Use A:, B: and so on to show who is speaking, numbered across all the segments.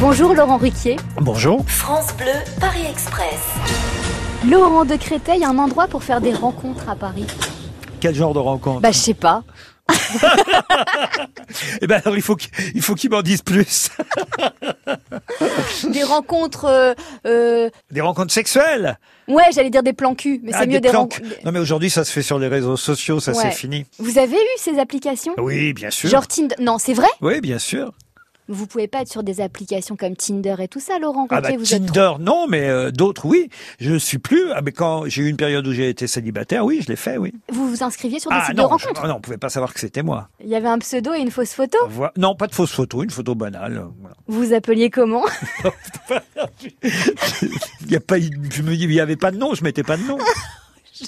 A: Bonjour Laurent Ruquier.
B: Bonjour.
C: France Bleu, Paris Express.
A: Laurent de Créteil, un endroit pour faire des rencontres à Paris.
B: Quel genre de rencontre
A: Bah je sais pas.
B: Eh ben alors il faut qu'il il faut qu'il m'en dise plus.
A: Des rencontres. euh, euh,
B: Des rencontres sexuelles.
A: ouais, j'allais dire des plans cul, mais
B: Ah,
A: c'est mieux des,
B: plans
A: rencontres.
B: cul. Non mais aujourd'hui ça se fait sur les réseaux sociaux, ça
A: Ouais.
B: c'est fini.
A: Vous avez eu ces applications
B: Oui, bien sûr.
A: Genre Tinder. Non, c'est vrai
B: Oui, bien sûr.
A: Vous pouvez pas être sur des applications comme Tinder et tout ça, Laurent
B: Ah
A: Ruquier.
B: bah,
A: vous êtes trop-
B: Tinder non, mais euh, d'autres oui. Je suis plus. Ah mais quand j'ai eu une période où j'ai été célibataire, oui, je l'ai fait, oui.
A: Vous vous inscriviez sur des
B: Ah
A: sites de
B: non, je-
A: bah, rencontres.
B: ah non, on pouvait pas savoir que c'était moi.
A: Il y avait un pseudo et une fausse photo.
B: Voi- Non, pas de fausse photo, une photo banale. euh, voilà.
A: Vous vous appeliez comment
B: Il y a pas, eu- je me dis, il y avait pas de nom, je mettais pas de nom.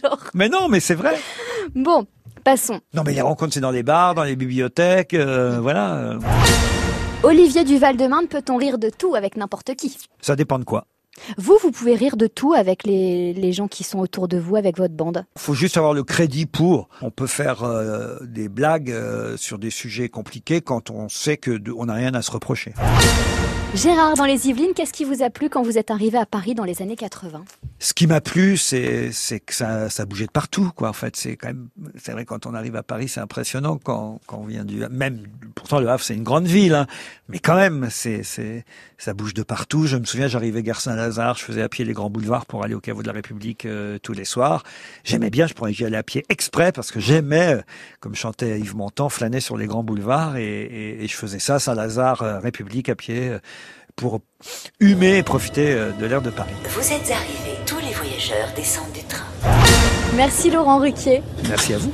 A: Genre.
B: mais non, mais c'est vrai.
A: Bon, passons.
B: Non, mais les rencontres c'est dans les bars, dans les bibliothèques, euh, voilà. euh.
A: Olivier Duval-de-Marne, peut-on rire de tout avec n'importe qui
B: Ça dépend de quoi.
A: Vous, vous pouvez rire de tout avec les, les gens qui sont autour de vous, avec votre bande.
B: faut juste avoir le crédit pour. On peut faire euh, des blagues euh, sur des sujets compliqués quand on sait que de- on n'a rien à se reprocher.
A: Gérard, dans les Yvelines, qu'est-ce qui vous a plu quand vous êtes arrivé à Paris dans les années 80
B: Ce qui m'a plu, c'est c'est que ça, ça bougeait de partout, quoi. En fait, c'est quand même, c'est vrai quand on arrive à Paris, c'est impressionnant quand, quand on vient du, même pourtant le Havre c'est une grande ville, hein. mais quand même, c'est c'est ça bouge de partout. Je me souviens, j'arrivais gare Saint-Lazare, je faisais à pied les grands boulevards pour aller au caveau de la République euh, tous les soirs. J'aimais bien, je pourrais y aller à pied exprès parce que j'aimais, euh, comme chantait Yves Montand, flâner sur les grands boulevards et, et- et je faisais ça Saint-Lazare euh, République à pied euh, pour humer et profiter euh, de l'air de Paris.
C: Vous êtes arrivés. Tous les voyageurs descendent du train.
A: Merci Laurent Ruquier.
B: Merci à vous.